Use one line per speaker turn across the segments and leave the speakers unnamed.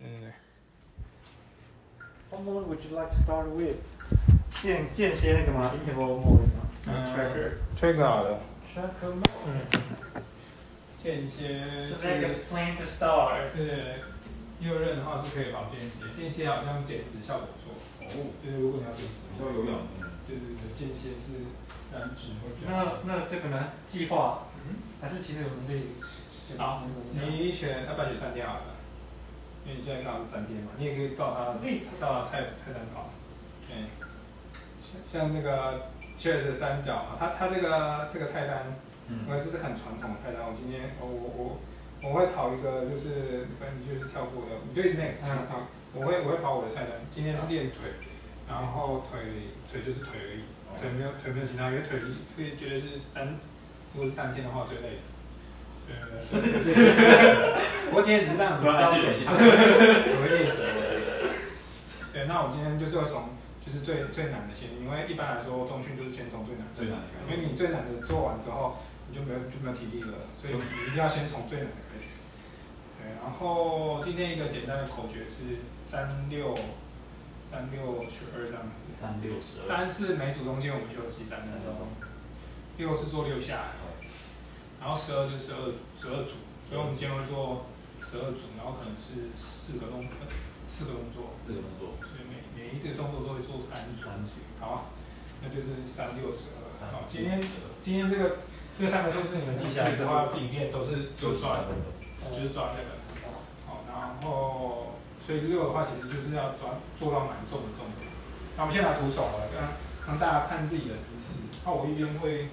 嗯
What mode would you like to start with？间间歇那个吗？Interval mode 吗？Tracker。
Tracker 好的，
Tracker mode。
嗯，
间歇
So
是
like a plan to start。
是右刃的话是可以绑间歇，间歇好像减脂效果不错，
哦，
就是如果你要减脂，
比较有氧。
对对对，间歇是燃脂会比较好。
那那这个呢？计划
嗯，
还是其实我们自己选
好
选择一下。
你选二百选三天好了，因为你现在刚好是三天嘛，你也可以照它照它菜菜单跑。嗯，像像那个 Cheers 三角嘛，它它这个这个菜单。
嗯，
我这是很传统的菜单，我今天我我我我会跑一个，就是反正就是跳过的，你就一直 next
嗯
啊、我会我会跑我的菜单，今天是练腿，然后腿腿就是腿而已，
哦
腿没有腿没有其他，因为腿腿觉得是三，如果是三天的话最 累的。 对对 对对我今天只是这样子，
突然间有 些
我会累死我。对，那我今天就是要从就是最最难的先，因为一般来说中训就是先从最难的
最难的
因为你最难的做完之后，你就没有就没有体力了，所以你一定要先从最难的开始。对，然后今天一个简单的口诀是三六三六十二这样子，
三六十二，
三是每组中间我们休息三分钟，六是做六下，然后十二就是十二十二组，所以我们今天会做十二组，然后可能是四个动作，四个动作，
四个动作，
所以每每一个动作都会做三组，
三组，
好啊，那就是三六十二。
三
好，今天今天这个这三个数字你们记下来之后，要自己练都是就抓，就是抓这个。好，然后所以六的话，其实就是要抓做到蛮重的重点。那我们先来徒手好了，让让大家看自己的姿势。那我一边会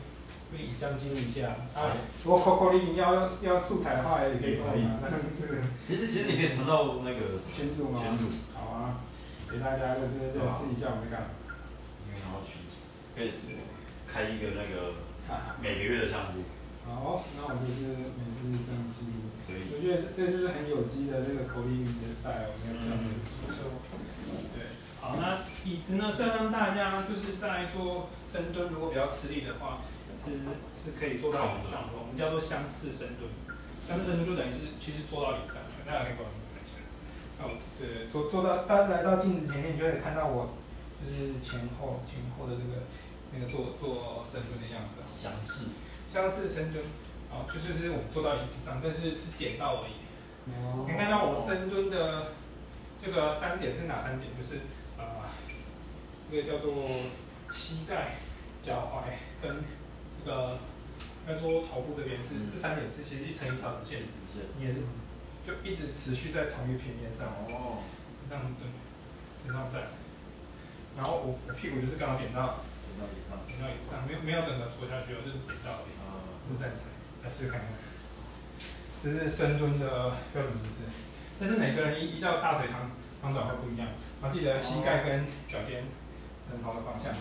会倚将进一下，啊，如果 Coco 你要要素材的话，也可以看啊，那 是
其实其实你可以存到那个
群主吗？
群组，
好啊，给大家就是认识一下我们干嘛。
因为然后群组可以开一个那个
哈哈
每个月的项目，
好，那我就是每次这样记录。
可以
我觉得这这就是很有机的这个口令的 style，我们要这样子说。对，好，那椅子呢是要让大家就是在做深蹲，如果比较吃力的话，是是可以做到椅子上的，我们叫做相似深蹲。相似深蹲就等于是其实坐到椅子上去，大家可以观察一下。哦，对，坐坐到大家来到镜子前面，你就会看到我就是前后前后的这个那个做做深蹲的样子。
相似，
像是深蹲，哦，就是是我们坐到椅子上，但是是点到而已。
哦
你看到我深蹲的这个三点是哪三点？就是呃，这个叫做膝盖、脚踝跟这个应该说头部这边是、
嗯
这三点是其实一层一条直线，你也是就一直持续在同一平面上哦，
哦，
这样蹲，这样站，然后我我屁股就是刚好点到
存到以上，
点到椅子上，没有没有整个缩下去哦，就是点到而已。
呃，
站起来，来试试看看。这是深蹲的标准姿势，但是每个人依依照大腿长长短会不一样，然后记得膝盖跟脚尖枕头的方向。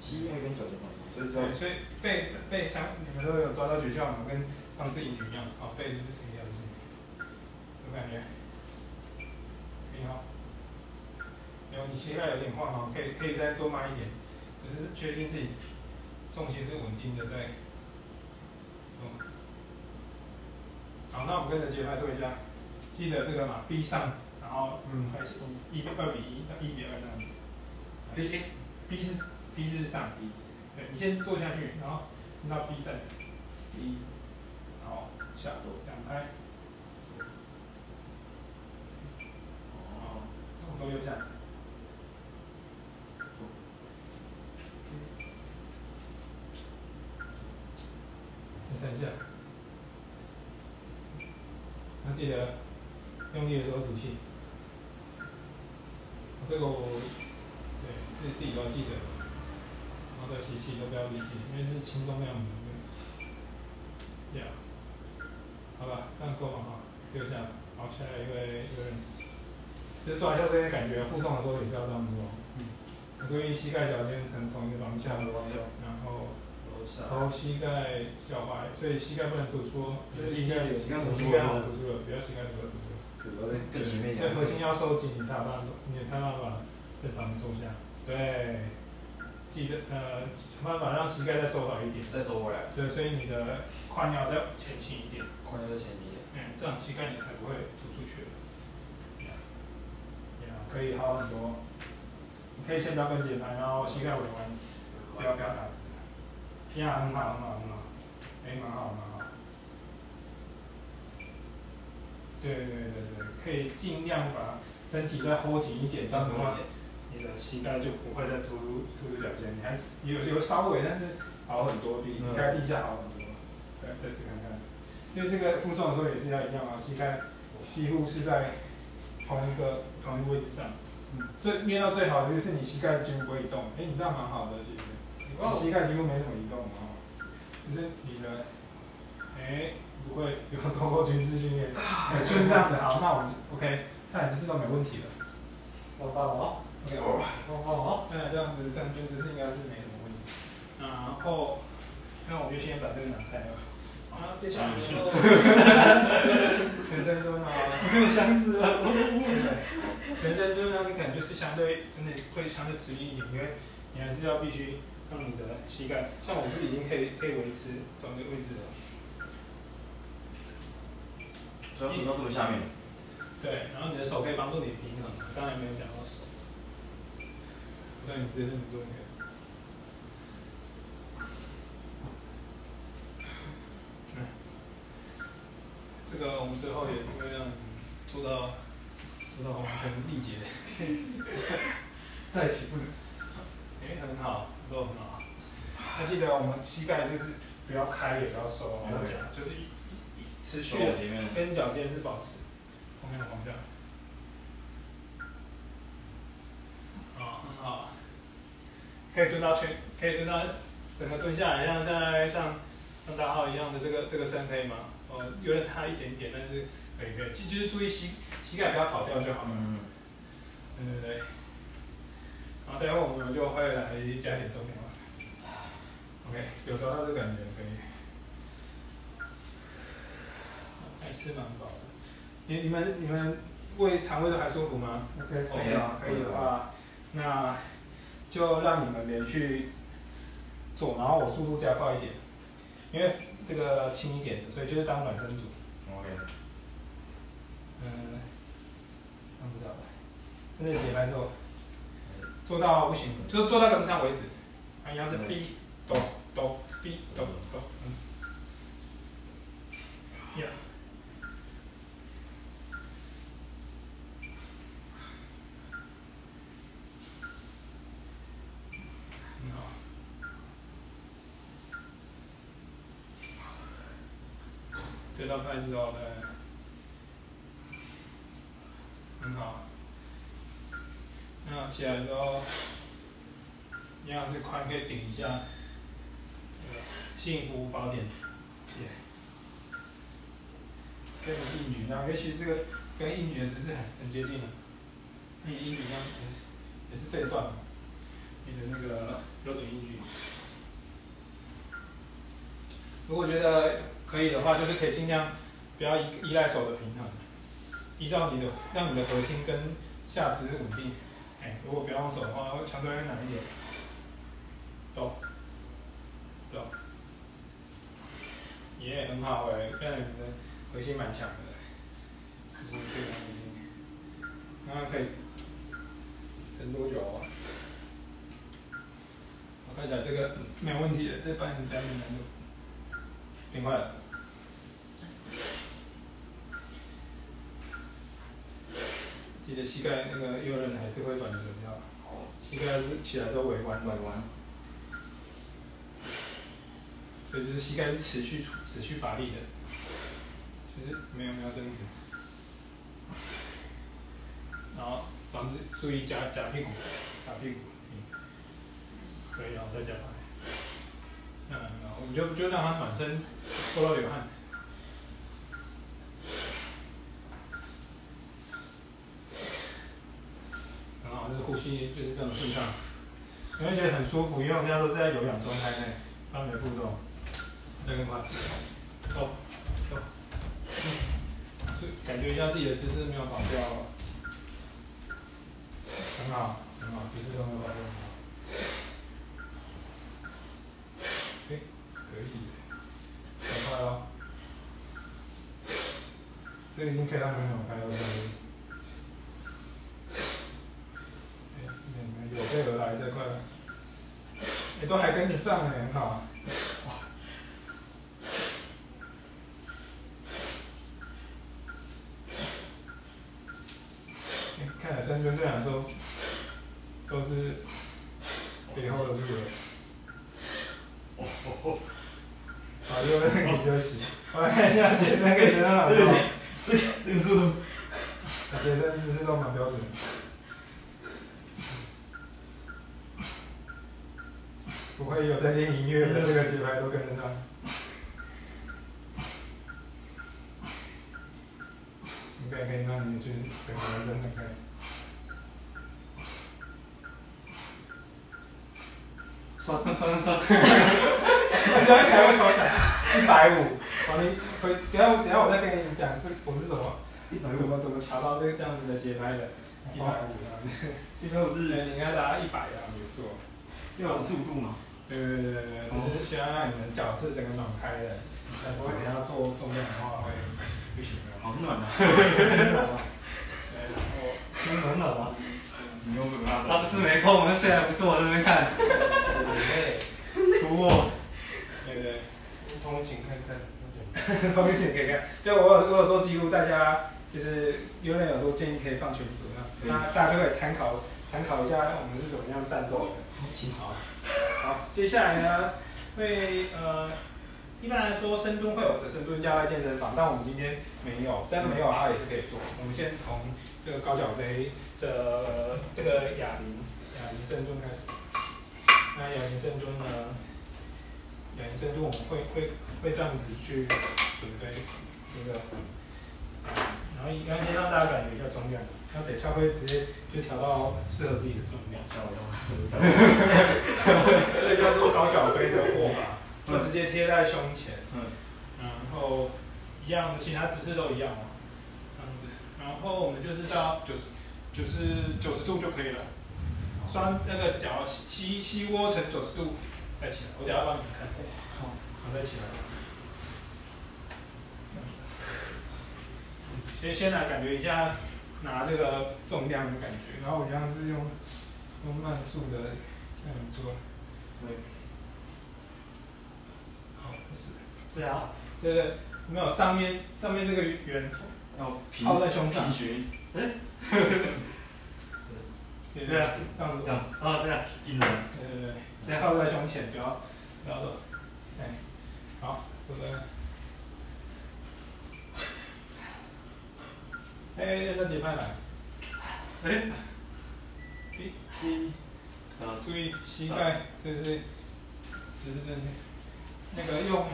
膝盖跟脚的方向，所以
对，所以背背相你们都有抓到诀窍吗？跟上次影一样，啊，背是什么样子？什么感觉？你好。然后你膝盖有点晃哦，可以可以再做慢一点，就是确定自己重心是稳定的在。嗯。好，那我们跟着节拍做一下，记得这个嘛，闭上，然后
嗯
还是一比二比一，一比二这样子。
对对
B 是 B 是上 B，对你先坐下去，然后听到 B 在 B，然后下走两拍，
哦，
动作右下，第三下，那记得用力的时候吐气。这个我对自己自己都要记得，然后再吸气都不要力气，因为是轻重量的。对，Yeah，好吧，这样够了哈，留下。好，下来一位一个人，就抓一下这些感觉，负重的时候也是要这样做。嗯，注意膝盖、脚尖呈同一个方向，然后
楼下，
头、膝盖、脚踝，所以膝盖不能突出，
就是
膝盖
膝盖突出
膝盖不能突出了，不要膝盖突出了。
主要在更前面一
所以
点，
核心要收紧，你才有办法，你才有办法正常地坐下。对，记得呃，想办法让膝盖再收好一点。
再收回来，
对，所以你的髋要再前倾一点，
髋要在前面一点，
嗯，这样膝盖你才不会突出去。Yeah. Yeah, 可可以好很多。你可以线条更简单，然后膝盖微弯，不要不要打字。这样很好很好很好，哎、蛮好蛮好。对对对对，可以尽量把身体再 hold 紧一点，这样的话你的膝盖就不会再突出突出脚尖，你还是有有稍微，但是好很多，比
嗯
膝盖地下好很多。对，再次看看，因为这个负重的时候也是要一样啊，膝盖几乎是在同一个同一个位置上。嗯，最练到最好的就是你膝盖几乎不会移动，哎、你这样蛮好的，其实，
哦
你膝盖几乎没怎么移动哦，就是你的，哎、不会有做过军事训 练，哎就是这样子，好，那我们 OK，看来这次都没问题了。
我发毛，
OK，
哦
我发
哦
毛。
看来这样子三军姿势应该是没什么问题。然后，呃那我就先把这个拿开了。好那接下来就全身蹲啊，没有箱子啊，全身蹲啊，你可能就是相对真的会相对迟疑一点，因为你还是要必须让你的膝盖，像我是已经可以可以维持同一个位置了。
所以你都这么下面，
对，然后你的手可以帮助你平衡，当然没有讲到手。那你直接这么做应该。嗯这个我们最后也是会让你做到做到完全力竭，再起不能。哎、很好，都很好。那记得我们膝盖就是不要开也不要收，我们讲就是一一一持续的
手前面
跟脚尖是保持同样的方向。啊，很好，可以蹲到全，可以蹲到整个蹲下来，像像像像大号一样的这个这个身可以吗？哦，有点差一点点，但是可以可以，就就是注意膝膝盖不要跑掉就好了。
嗯，
对对对。然后待会我们就会来加点重量了。OK，有抓到这个感觉可以。还是蛮饱的。你你们你们胃肠胃都还舒服吗哦
OK，
可以啊
可以的话，那就让你们连续做，然后我速度加快一点，因为这个轻一点的，所以就是当暖身组。
，OK，
嗯，那不知道了，那就解来做，呃做到不行，就是做到跟不上为止。啊，一样是
嗯
逼抖抖逼抖抖，嗯。呀。很好。对到拍照的。很好。那起来之后，你要是髋可以顶一下，那个幸福宝典，耶。跟你硬举一样，尤其实这个跟硬举的姿势很很接近的。那你硬举一样也是也是这一段嘛，你的那个标准硬举。如果觉得可以的话，就是可以尽量不要依依赖手的平衡。依照你的让你的核心跟下肢稳定。哎、如果不要用手的话，会相对会难一点。懂，懂，也很好哎、看来你的核心蛮强的，就是这个核心。那可以等多久啊？我看一下这个没有问题的，再帮你加点难度，挺快的。记得膝盖那个右人还是会软的，你知道吗膝盖是起来之后微弯
拐弯，
所以就是膝盖是持续持续乏力的，就是没有没有这样子。然后防止注意夹夹屁股，夹屁股，嗯，可以，然哦后再夹回来。嗯，然后我们就就让它暖身，做到流汗。然后这呼吸就是这样顺畅，你会觉得很舒服，因为我们现在都是在有氧状态内，让你的步骤。那个嘛，走走，嗯就感觉一下自己的姿势没有跑掉哦，很好很好，姿势都没有跑掉，很好。哎，可以，很快哦。这个已经可以让朋友拍到这里。也都还跟得上，很好啊。欸看来三军队长都都是背后的路人。好，又让你休息。我来看一下杰森跟杰森老师，
这个速度，
杰森姿势都蛮标准的。不会有在练音乐的，这个节拍都跟得上。应该可以让你们去整个人真的可以。
刷刷刷刷
我觉得台湾多少？一百五。好，你回等一下等一下我再跟你讲这我是怎么
一百
怎么怎么查到这个这样子的节拍的，一百五这样子。
一百五
对，
是
你应该打一百啊，没错。
要有速度嘛？
对对对对对，只是想要让你们脚是整个暖开的，但如果你要做重量的话会不行的。
好暖啊！
对，然后
天很冷啊，
你又没有办
他
法
不是没空，我们睡还不坐在那边看，
对
图我。
对对。
通勤看看，通勤
后面可以看。对我有我有做记录，大家就是有人有时候建议可以放群组，那那大家都可以参考参考一下我们是怎么样战斗的。
起跑，
好，接下来呢会呃。一般来说，深蹲会有的深蹲加在健身房，但我们今天没有，但是没有啊它也是可以做。我们先从这个高脚杯的这个哑铃哑铃深蹲开始。那哑铃深蹲呢？哑铃深蹲我们会会会这样子去准备那个，然后要先让大家感觉一下重量，那等一下会直接就调到适合自己的重量。
像我一样吗？
这个叫做高脚杯的握法，就直接贴在胸前。
嗯，
然后一样，其他姿势都一样哦，这样子。然后我们就是到九十，就是九十度就可以了。双那个脚膝膝窝成九十度，再起来。我等一下帮你们看。好，好，再起来。先先来感觉一下拿这个重量的感觉，然后我一样是用用慢速的那种做。
对，
好，是。
这样，
对对，没有上面上面这个圆，
要皮
套在胸上
皮裙，
对这样这样
这
子
样，啊这样，硬着。
对对对，再靠呃在胸前，不要不要动，哎，好，我的，哎，要节拍来，
哎，
一、一，
啊，
注意膝盖是不是，是不是那个用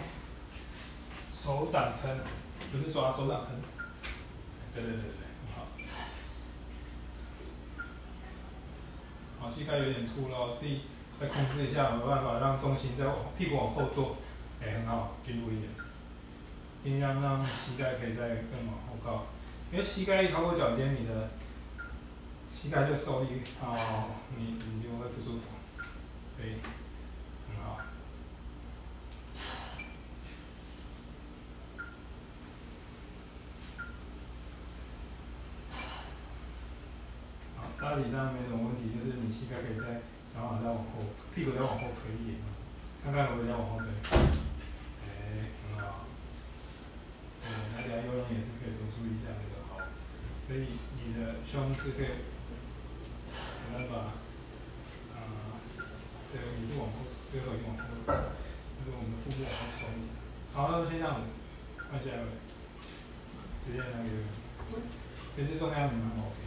手掌撑，不是抓手掌撑，对对对对对，好。好，膝盖有点凸了，我自己再控制一下，有没有办法让重心再往屁股往后坐？哎、很好，进步一点，尽量让膝盖可以再更往后靠，因为膝盖一超过脚尖，你的膝盖就受力哦，你你就会不舒服，所以很好。好，大体上没什么问题，就是你膝盖可以再想往再往后，屁股再往后推一点，啊看看有没有再往后推。哎，很好。对，大家游泳也是可以多注意一下那个好，所以你的胸是可以，想办法，啊、对，你是往后，最后一往后，就是我呃们的腹部往后收一点。好，那就先这样子，换下一位，直接那个，也是重量你们 OK，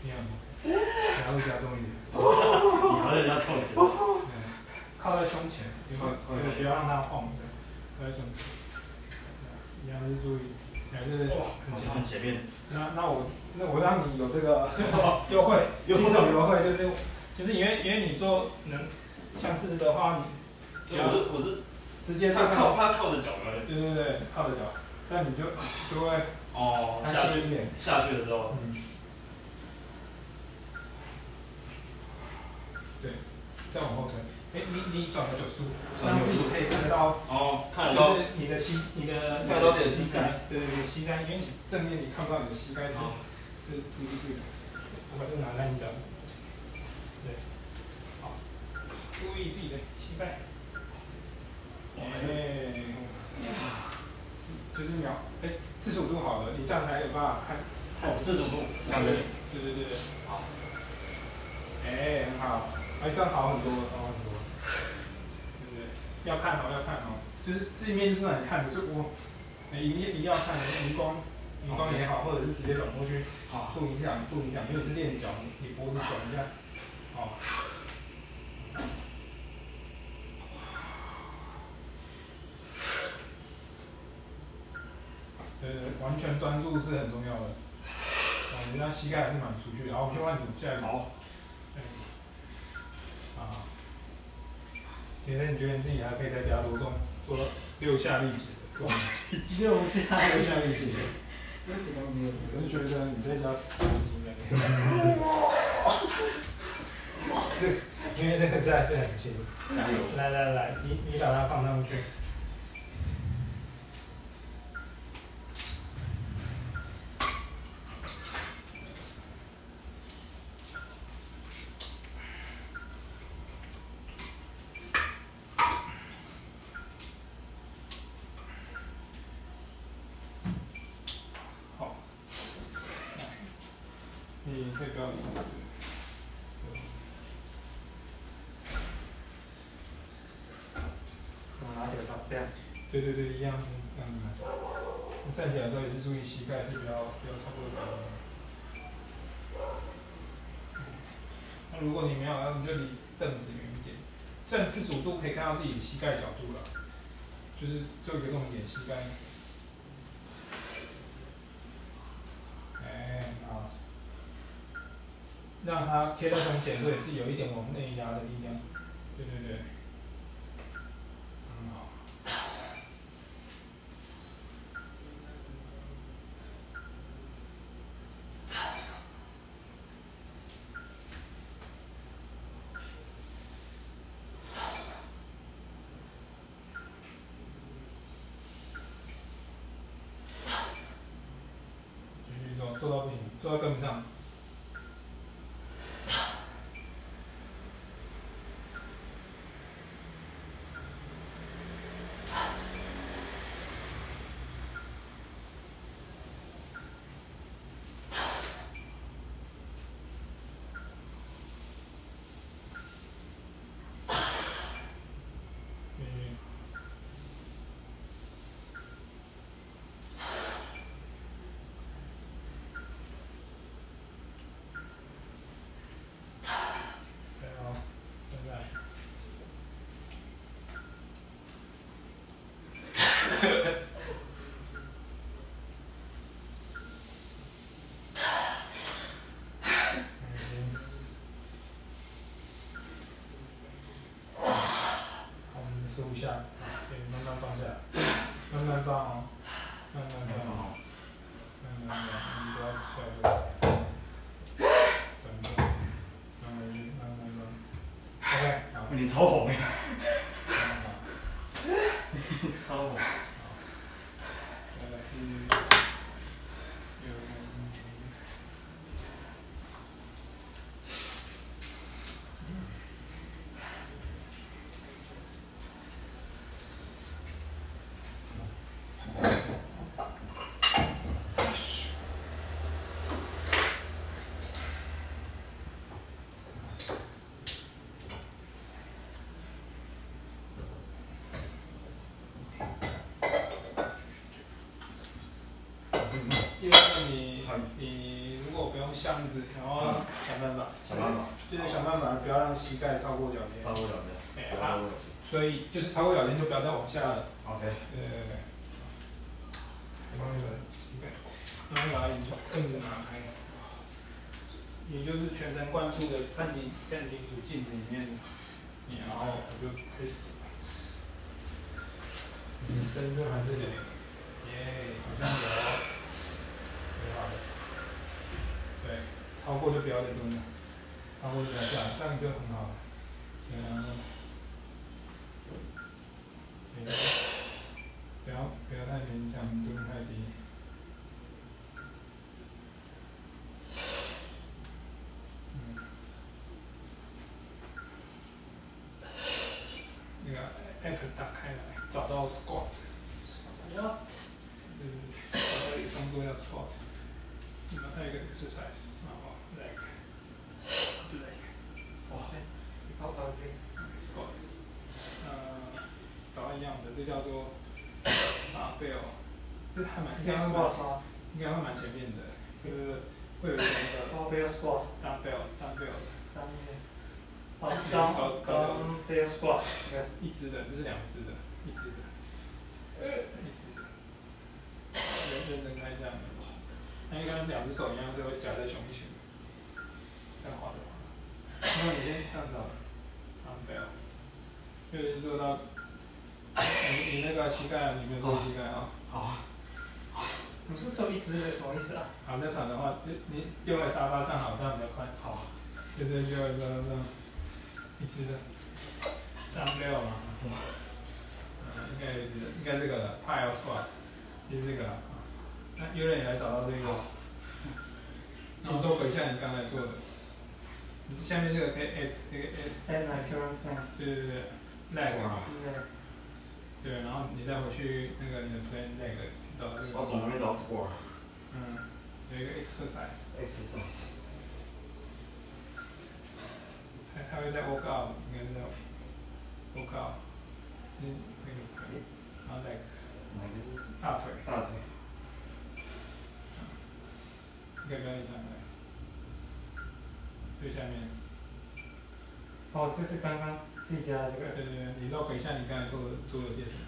尽量 OK，然后加重一点。
你好像人家重点，
靠在胸前，有没有？对，不要让它晃，对，靠在胸前。你还是注意，你还是呃
好像很前面，
那那我那我让你有这 个优惠，
优惠
有这种优惠就是就是因为因为你做能像是的话，你
对我是我是
直接
他
上
靠他靠着脚来的，
对对对，靠着脚，那你就就会
哦，
它
下
轻一
去
点。
下去的时候，
嗯，对，再往后推，哎，你你转了九十度，让自己可以看得到。
哦，看得
就
到
是，你的膝，你的
看得到
你的
点
膝
是
盖，对对对，膝盖，因为你正面你看不到你的膝盖是、
哦
是凸出去的，我把这个拿烂一点，对，好，注意自己的膝盖。哎，就是秒，哎，四十五度好了，你这样才有办法看。
哦，这是什么？看这里。
对对对对，
好，
哎，很好，哎，这样好很多，好很多。对不对？要看哦好，要看好，就是这一面就是很看的，就我，哎，一定一定要看荧光，荧光也好，或者是直接转过去。
好，
不影响，不影响，因为是练脚，你脖子转一下，哦。对对，对完全专注是很重要的。哦，你那膝盖还是蛮出去的，好，我们去换组，下一组。
好，
对啊。杰森，你觉得你自己还可以在家多重做六下力竭？做
六 下
六下力竭，
有几公斤？
我就觉得你在家死都应该没有。
这因为这个实在是很轻。
加油！
来来来，你你把它放上去。
好，你可以不要理他。
我拿起来放这样。
对对对，一样，这样子。你站起来的时候也是注意膝盖是比较比较超过的。那如果你没有，那你就离凳子远一点，站四十五度可以看到自己的膝盖角度了，就是做一个重点，膝盖。哎，好，让它贴到胸前，所以是有一点往内压的力量。对对对，嗯很好。继续做，做到不行，做到跟不上。继续对哦，现在。嗯好，我们试五下，对，慢慢放下来，慢慢放哦，慢慢
刚
放
刚
哦。
好，
慢慢的，你不要笑我。转正，慢慢一慢慢慢。OK，好，
你超红哎，
好，
超红。
来来，嗯，有第二个你你如果不用箱子，然后想办法，
想办法，
就是想办法不要让膝盖超过脚
超
尖，
过两
哎
遍，超过两遍。
所以就是超过脚尖就不要再往下了。
OK，
对对对。帮你把膝盖，然后把椅子凳子拿开，你就是全神贯注的看你看清楚镜子里面的你，然后我就开始。你深蹲还是得，耶，好像有，挺好的。对，超过就不要再蹲了，超过就不要下，这样就很好了。对然后，对不要不要太勉强，蹲太低。嗯。找到 squat。What？嗯，找到一个动作叫 squat，然后它有一个 exercise，然后 leg leg
哇，好方便。
squat，呃，找到一样的，这叫做啊 bell，这还蛮
是 squat 吗？
应该会蛮全面的，就是会有一个那
哦
个
b e l squat，
dumbbell dumbbell 的。
当面，哦当当 b e l squat，
一只的，就是两只的，一只的，一只的。认认真看一下，那应该两只手一样是会夹在胸前，这样滑着滑。然后你先这样子好了，啊不要，就是做到，你你那个膝盖啊，你没有做膝盖啊。
好，
你说只有一只的什么意思啊？
躺在床的话，你你丢在沙发上好像比较快。好，啊就是就这样这样，一只的，这样没有 吗？嗯，应该有一只，应该这个了，pile squat，就是啊这个了。啊那有人也来找到这个，脑都回向你刚才做的。你下面这个可以 add 这个 add，
And my current plan，
对对对对，leg 嘛，
对，
对，然后你再回去那个你的 plan leg 找到这
我从
个，
那边找 squat，exercise，
嗯，有一个 exercise。还还会在 walk out，应该是在 walk out，嗯，那个可以，然后 legs
哪个是
大腿，
大腿？
应该不要影响来，最下面，
哦，就是刚刚自己加的这
对
个，
对对，你 log 一下你刚才做的做的些什么，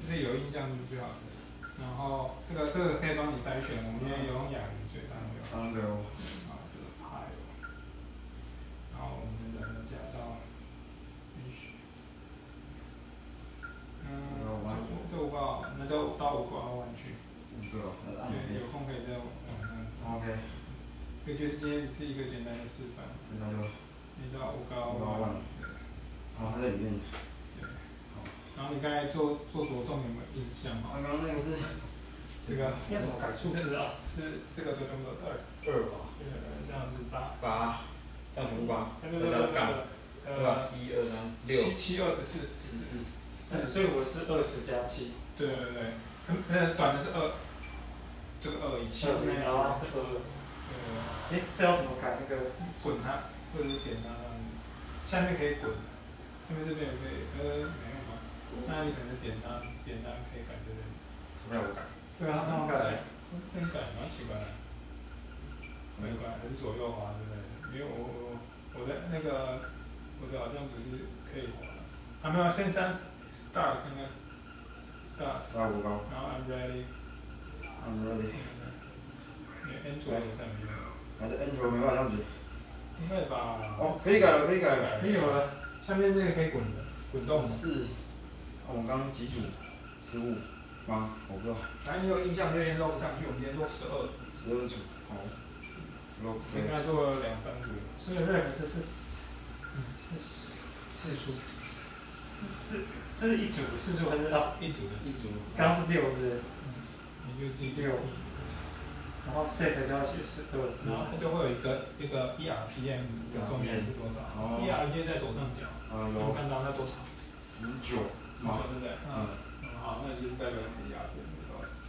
就是有印象就好了。然后这个这个可以帮你筛选，我们也有用哑铃最大的，
当然有
然后就是派，然后我们的加到允许。嗯，
那我玩
这五个，那就到五个号玩去。
五个，那按哪
对，
边
有空可以再玩嗯看。
？OK，
这就是今天只是一个简单的示范，
所以他就
你到五高
五高腕
对
然后他在里面。
对
好，
然后你刚才做做多重有没有印象啊？
刚刚那个是
这个
要怎么改数字啊？
是这个做胸部二，
二吧，
这个这样是八，
八，这样全部八，
那
再
就
加杠，对吧
呃？
一二三
七七二十四，
十四，
嗯所以我是二十加七，
对对对，那短的是二，这个二一
其
七
实
是那
然后
个，
是二，
呃，
诶，这要怎么改那个？
滚它或者是点它，下面可以滚，下面这边也可以，呃，没有吗？那你可能点它，点它可以改这边。
不然我改，
对啊，那我改，
那个感蛮奇怪的，没有感，还是左右滑之类的。因为我我我的那个我的好像不是可以滑的，还没有先三 start 看看 start，
打五高，
然后 I'm ready，
按 ready，
你 N 左右上面
还是 Android 没办法这样子。
应该吧？
哦，可以改了，可以改了。
没有了，下面那个可以滚的，滚动的，
四，我们刚刚几组？十五吗？我不知道，
反正你有印象就先弄上去，我们今天做十二，
十二组。好，六十
应该做了两三组，
所以 rep 是是是
次数
这这是一组四组还是啊？
一组的次数，
刚刚是六是不是，
你就记
六然后 set 就要写十二字
然后它就会有一个一个 E ERPM 的重点是多少 E
哦
？ERPM 在左上角，
啊
我
有
看到它多少？
十九
十
吗
九，？对不对？
嗯，
嗯，好，那就是代表你的 E ERPM 多少十九。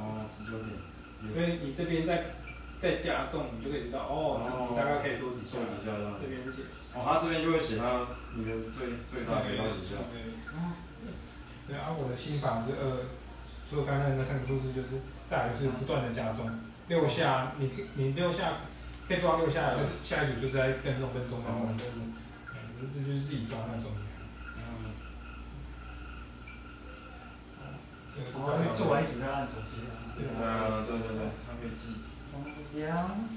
哦，十九点，
所以你这边再再加重，你就可以知道哦，你大概可以做几下
做。几下这样
这。边写
哦，他这边就会写他你的最最大可以到几下。
哦
对啊，我的心法是呃，说刚才那三个数字就是，再来就是不断的加重，六下，你你六下可以抓六下，就是下一组就是在跟踪跟踪跟踪跟踪，嗯，这就是自己抓那种。
嗯，
哦这个
然后就做完一组再按手机啊。
对
呃，对对对，他可以记。
这样，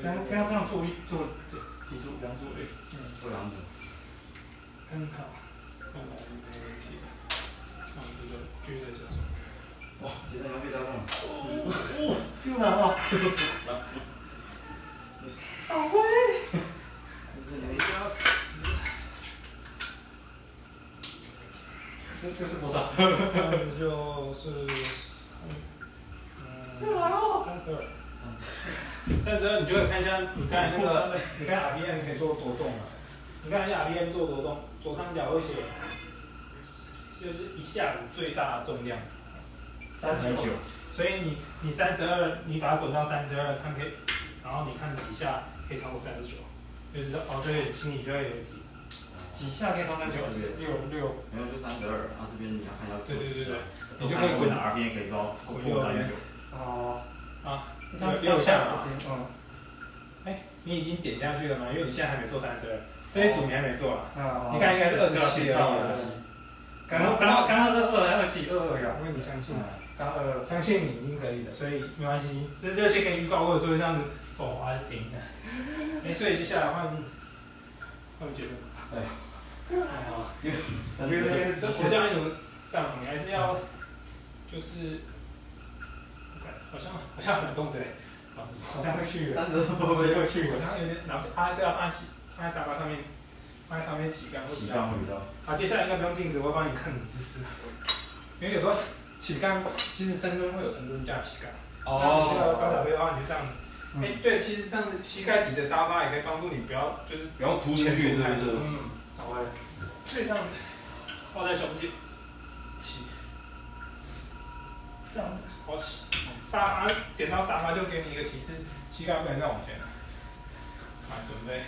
这样这样这样做一做对几组两组哎对。
嗯，
做两组。
很好，看来没问题。那我们这个继续再加重。
哇，其实你要被加上。
又来了，好会，
加十，
这这是多少？
嗯就是
又来了，
三十二。三十二，啊你就会看一下你刚才那个，你刚才 RPM 可以做多重了？你刚才 RPM 做多重？左上角会写，就是一下午最大的重量，
三十九，
所以你你三十二，你把它滚到三十二，看可以，然后你看几下可以超过三十九，就是哦，对，心里就会有一题。
几下可以上三九六六，
没有就三十二，然后这边你要看要
对对对对，
都看滚哪边可以到破破三十九，
哦，
啊，
上
六下嘛。
这边，嗯
哎，你已经点下去了吗？因为你现在还没做三十二，这一组你还没做啊。
嗯，啊，
你看应该是二十七了，
到了，刚刚刚刚刚刚是二来二七二二呀，
因为你相信，
刚二
相信你一定可以的，所以没关系。这这先给你预告，或者说这样子手滑是停的。哎，所以接下来换换杰森。哎好
三十二，
这我教你怎么上，你还是要就是，好像好像很重的，老实
好
说，
像去了，
三十二
又去
好
了，
像有点拿不起，啊，这要放在放在沙发上面，放在上面起干会比
起
较好
杠。会到，
好，接下来应该不用镜子，我会帮你看你的姿势，因为有时候起杠，其实深蹲会有深蹲架起杠。
哦
哦
那你这个高脚杯的话，你就这样。哎、对，其实这样子膝盖底的沙发也可以帮助你，不要就是
不要突出去是不是？
嗯，好哎，这样子抱在胸前，起，这样子好起，沙发点到沙发就给你一个提示，膝盖不能再往前了。好，嗯准备，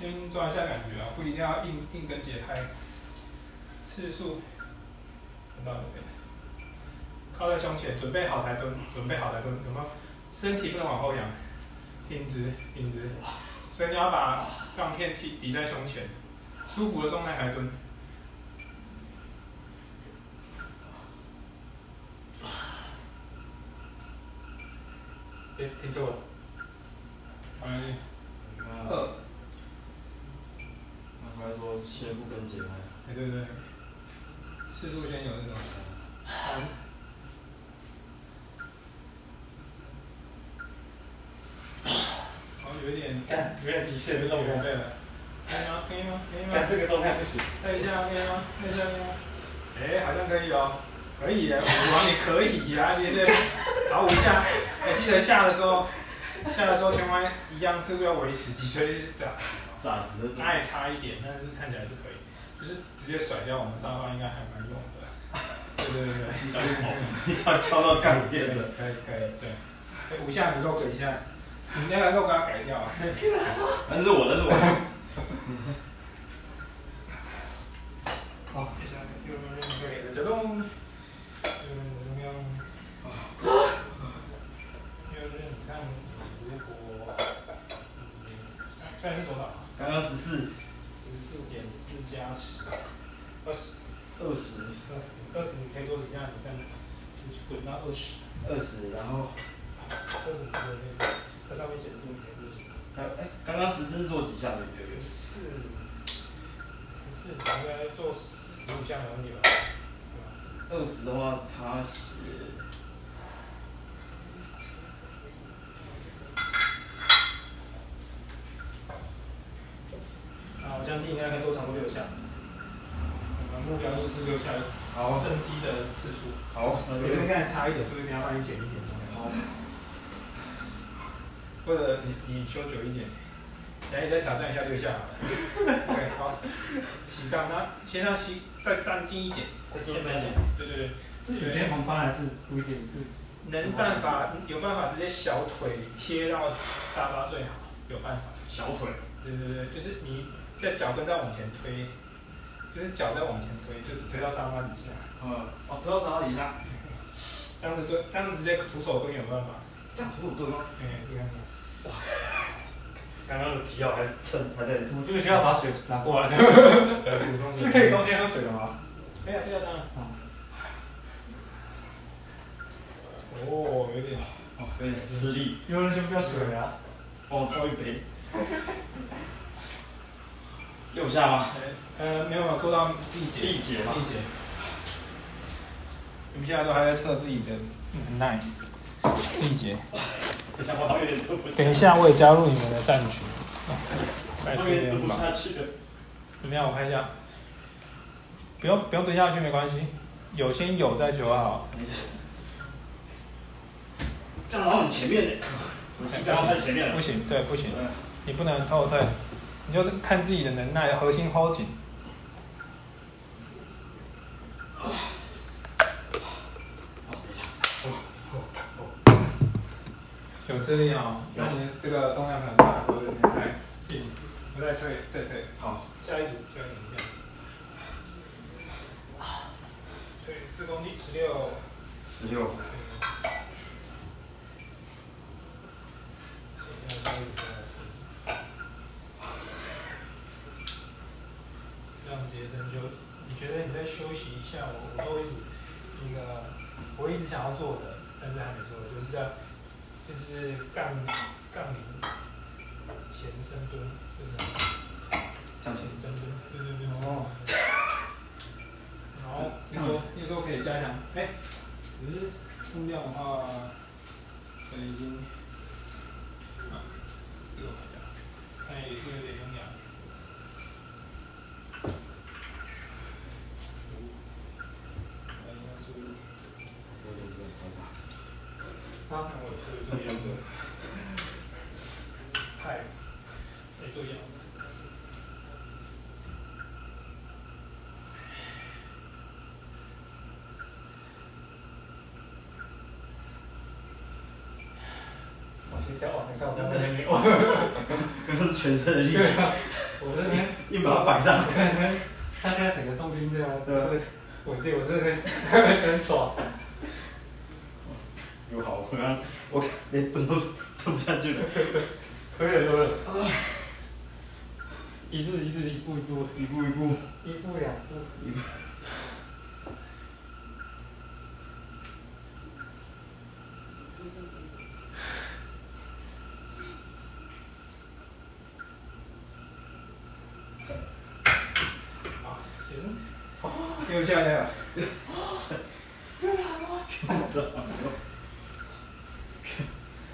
先抓一下感觉啊，不一定要硬硬跟节拍，次数，等到这边，靠在胸前，准备好才蹲，准备好才蹲，有没有？身体不能往后仰，挺直，挺直。所以你要把杠片踢抵在胸前，舒服的状态来蹲。哎，停住了。哎，
那
二，
回来说先不跟节拍，
哎对对，次数先有那种。三。好，有一点，
干，有点极限这种
有
感
点
觉，
累了。可以吗？可以吗？可以吗
干？这个状态不行，
看一下，可以吗？看一下，可以吗？哎，好像可以哦，可以耶，舞王你可以 呀、对不对？好，五下，我记得下的时候，下的时候全班一样是要维持几岁就是这样，
咋子？
那也差一点，但是看起来是可以，就是直接甩掉我们沙发应该还蛮用的。对对对对，
一下就跑，一下敲到杠片了。
可以可以，对，哎五下你 log 一下，你那个 log 要改掉啊。
但是我的是我，
好，接下来又又又给了，解冻，又怎么样？又是你看，如果，现在是多少？
刚刚十四
十四点四加十，二十，
二十
二十，二十，你可以做几下？你看，你滚到二十，
二十，然后
二十那个，它上面显示你可以做几下？
还有哎，刚刚十四做几下的？对不
十
对
四，十四，你应该做十五下有你吧？对吧？
二十的话，他写。
啊，我相信应该可以做超过六下。我们目标就是六下
好
正击的次数。
好，那
我
就
觉得刚才差一点，所以你要帮你减一点重量。
好，
或者你你修久一点，来你再挑战一下六下好了。对，好。起杠，那先让膝再站近一点，
再做一
站
点，
对对对，
是有些同班还是不一定是，
能办法有办法直接小腿贴到沙发最好，有办法。
小腿，
对对对，就是你在脚跟在往前推，就是脚在往前推，就是推到沙发底下。
嗯，哦，推到沙发底下，
这样子蹲，这样子直接徒手蹲有办法。
这样子我对吗？
哎、这 样子。
刚刚的提到还撑，还在
我这个需要把水拿过来，
呃，普通
是可以中间喝水的吗？
没有，没有当然。
啊，
哦，有点。
哦，有点吃力， 哦
有人就不要水啊，
帮我倒一杯。六下吗？
呃，没有没有做到力竭。
力竭吗
力竭。你们现在都还在测自己的能耐。力竭。
等一下，我好像有点蹲不下，
等一下，我也加入你们的战局。哦再
我
次
有点蹲
联
不
吧。
下去了。
怎么样？我看一下。不用不用蹲下去，没关系。有先有再九好。
这样好像很前面呢，我膝盖放在前面
不
了。
行，对，不行。
嗯
你不能后退，
你就看自己的能耐，核心 hold 紧。
哦哦有吃力哦，那你这个重量很大，我有点太硬，不太对，对对，好，下一组，下一组，下一组对，四公斤十六，
十六，
让杰森休息。你觉得你在休息一下？我我做一组那个我一直想要做的，但是还没做的，就是叫就是杠杠铃前深蹲，就是那种
向前
前。深蹲，对对对。哦。然后一周一周可以加强，哎，只是重量的话，可能已经，啊，这个好像，但也是有点用量。哎应该是那我是这样子，太，也就一样。
我先跳，你看我在那 边，我这是全身的力气，
我这边，
硬把它摆上。
他现在整个重心这样，就
对啊
是我对我这边很爽。
有好，我刚我连蹲都蹲不下去了，可以了，可以了，
一字一字，一步一步。
一步一步，
一步两步，
一步。
啊，其实，又下来了。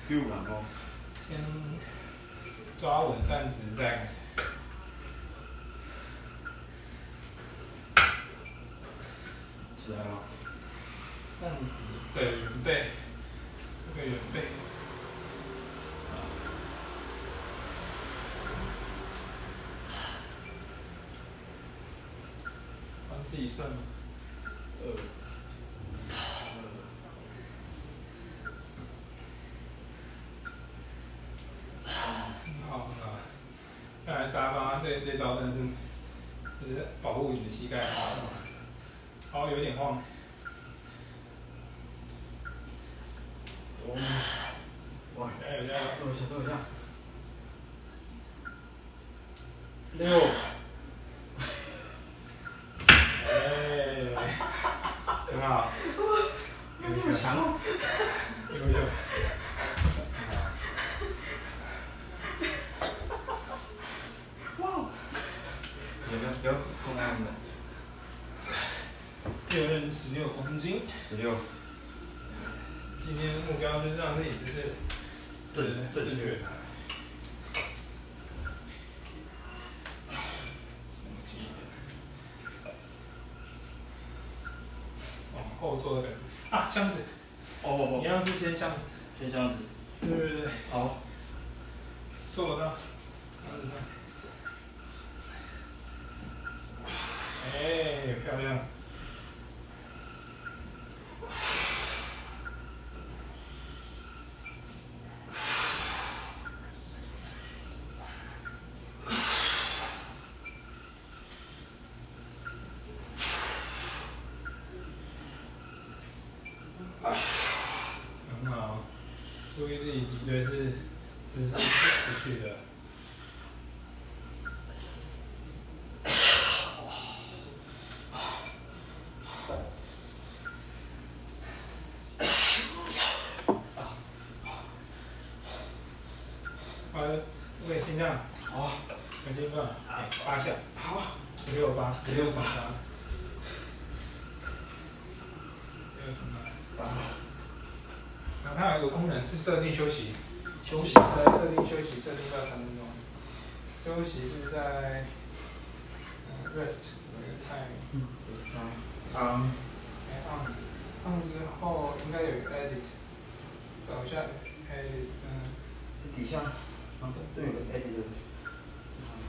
六郎哦，
先抓稳站直再开始。
起来了，
站直，对，圆背，这个圆啊背。帮自己算吗？
二，
很好，很好。看来沙发这这招真的是，就是保护你的膝盖，好，有点晃。
哇，哎
加油加油！
坐一下，坐一下，
六。哎，很好。
好强哦，
优秀。
有没有？有重量的
六任十六公斤，
十六，
今天目标就是让自己就是
正正确。
往后坐的感觉啊，箱子，
哦哦
一样是先箱子，
哦，先这样子，
对对对，
好，
坐到箱子上。哎，漂亮！很好，注意自己脊椎是姿势是持续的。好了，我也先这样。好，肯定吧。八下。好，十六八，十六乘八。十六乘八。然后它有一个功能是设定休息，休息在设定休息，设定到三分钟。休息是在、呃 rest rest time，
有是它。嗯，
哎 on on 之后应该有一个 edit，等一下 edit，嗯，
这底下，啊，这有个 edit 的，是它吗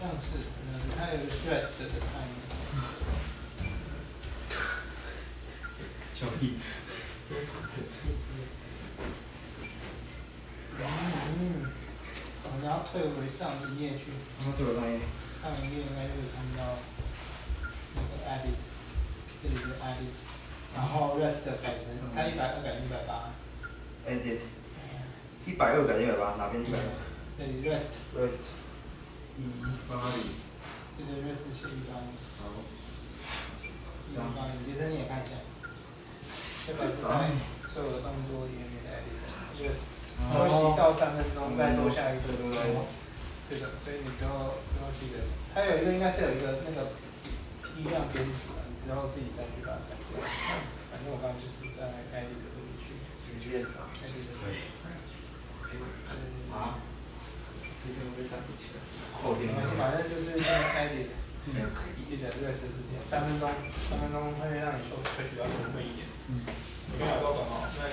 像是，嗯，它有 rest 的 time，
小屁，
嗯，我们要退回上一页去，
他对我那一
上一页应该就是看到那个 edit，这里是 edit，然后 rest 的反正它一百二改一百八，
edit 一百二改一百八，哪边一百二
这里 rest，
？rest 一八零，
这个 rest 是一般的。
好，
一般般，你生你也看一下，这个不在所有的动作里面没在里面，就是休息到三分钟再做下一个，对不对？这个，所以你之后之后记得，它有一个应该是有一个那个批量编辑吧，你之后自己再去把它改过来。反正我刚刚就是在该里的这里去，
随便打。
该里的
可以，
就是
啊，这个我也打不起来。
后天
反正就是在该里的。
嗯
记得热身时间，三分钟，三分钟会让你休息，会比较充分一点。嗯，你看有多短哦，那
对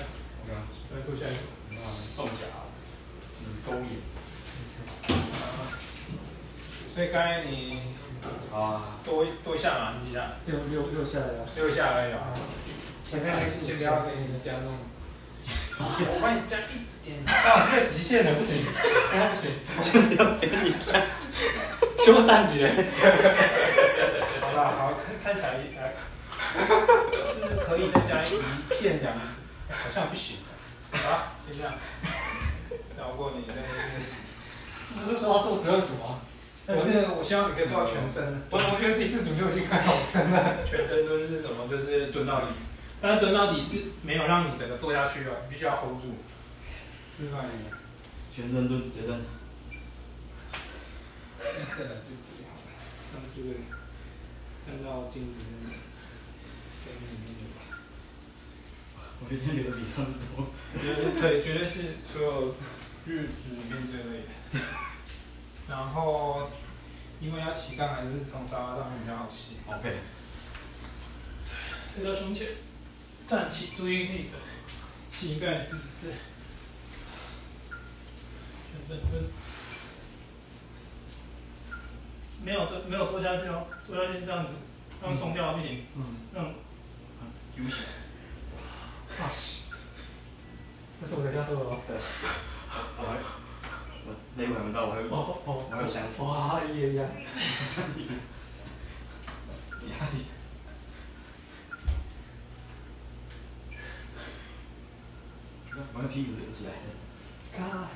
啊
来坐下一个。
凤霞，子宫眼，
所以刚才你
啊，
多多一下嘛，你几下？
六六六下来了。
六下而已啊。
前面还是
就不要给你加那种，我帮你加一点。
啊，这个极限了，不行，哎，不行，真的要给你这样子，修蛋级嘞。
好啦，好看看起来哎呃是可以再加一片两，好像不行。好啦，就这样。饶过你，
是不是说要做十二组啊？
但是我希望你可以做到全身。
我我觉得第四组就已经看到我真了。
全身蹲是什么？就是蹲到底，但是蹲到底是没有让你整个坐下去哦，你必须要 hold 住。是吧？你
全身都觉得
这个是这样，让这个看到镜子里面，镜子里面就好
我觉得流的比上次多。
我觉得是可以，绝对是所有日子里面最累的。然后，因为要起杠，还是从沙发上比较好起。
OK，
推到胸前，站起，注意自己的膝盖姿势，全身蹲。没有坐，没有坐下去哦，坐下去是这样子，让松掉不行，
嗯，
让
有血，
啊西，这是我的要做的哦。
我还我那会还没到，我还会
哦
爆，
哦，
我还会想死。
哇，一样一样。
我的屁股流血来了，
啊，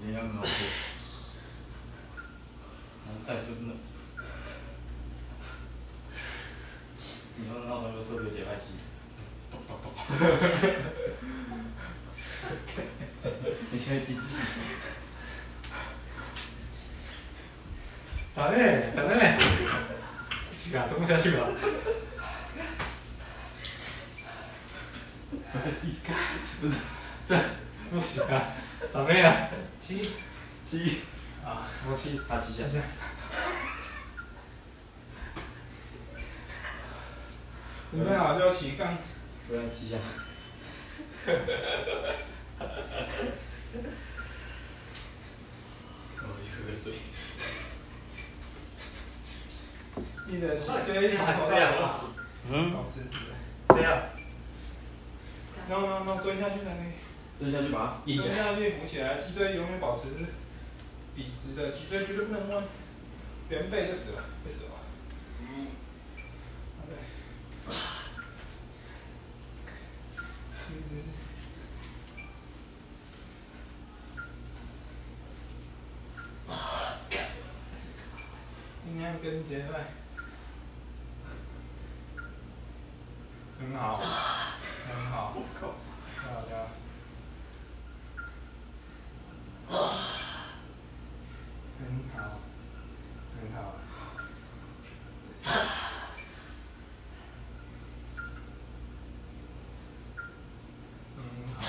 你这样很好哭。然后再说呢，你要闹成个社会节拍器，咚咚咚。你现在几只血？
打嘞，打嘞。不行啊，蹲不下去了。
不是
这不行啊，打妹啊。
七
七，
啊，什么七？
他七下。
准备好就要起杠，
不要七下。我去喝个水。
记得起飞从头
这样
到
啊，
尾
嗯。
保持直。
这样。
no no no，蹲下去才可以。
蹲下去把它硬
蹲
起来。
下去扶起来，脊椎永远保持笔直的，脊椎绝对不能弯，圆背就死了，会死亡。好的一直是尽量跟节脉，很好，很好，好的。很好，很好。嗯，好，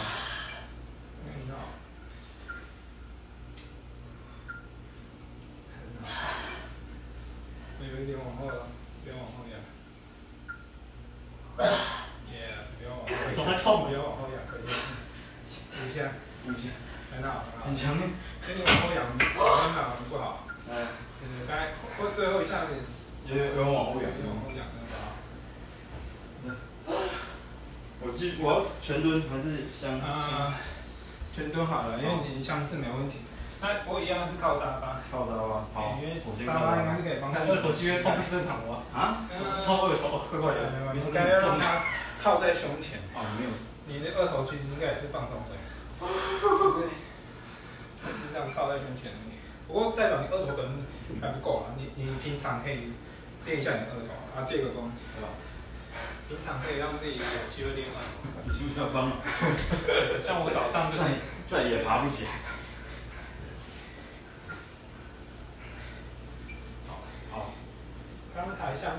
很好，很好。我有一点往后了，不要往后仰。也不要往后仰，
手还痛
不要往后仰，可以。一下，
五下，
很好很好
很。强哎，
跟你往后仰，往后仰不好，
哎，
就是刚才后最后一下有点
有点有点往后
有
仰。
点往后仰的吧。
我记，我要全蹲还是箱箱
啊，全蹲好了，因为你相次没问题。那我一样是靠沙发，
靠沙发？啊好，
哎因为
我先
沙
靠
发
沙
应该是
发。
可以帮他。
我今天碰正常吗？
啊？
怎么知道我有头？
会会的，你应该要让它靠在胸前，
哦，没有。
你的二头其实应该也是放松的。对，就是这样靠在胸前。不过代表你二头可能还不够啊，你你平常可以练一下你的二头啊，这个功，
对吧？
平常可以让自己有机会练二头。
你需不需要帮忙？
像我早上就是
再再也爬不起来。
好，
好，
刚才像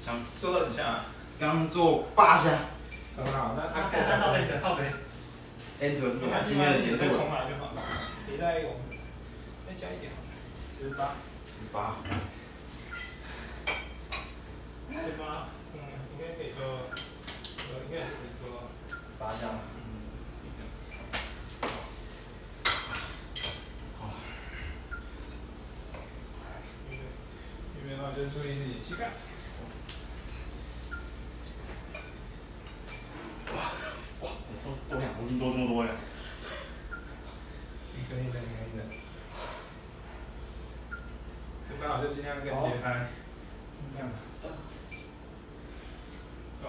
箱子。
说的很像啊，
刚做八下
很好，那
他
他
看到那个靠北，
，enter 是什
你
么
看？
今天的结束
重来就好了。你再我们再加一点，十八，
十八。
十八，嗯，应该可以做，呃，应该可以做，
八下。
嗯，一整。因为因为的话就注意自己膝盖。
怎么多多两公斤多这么多呀？
你可以的，你可以的。这刚好就尽量跟节拍，尽量。走。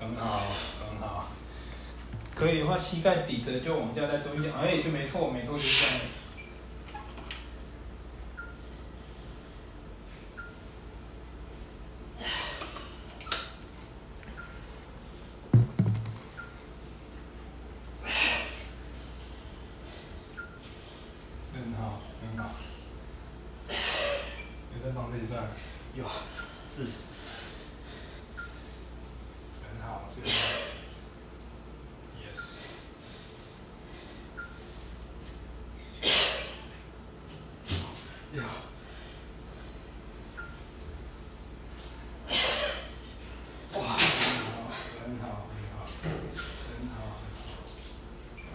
很好，很好。可以的话，膝盖抵着就往下再蹲一下，哎，就没错，没错，就是这样。很好，很好。有在帮自己算，
有四十。
很好，这个 yes。
有。
很好，很好，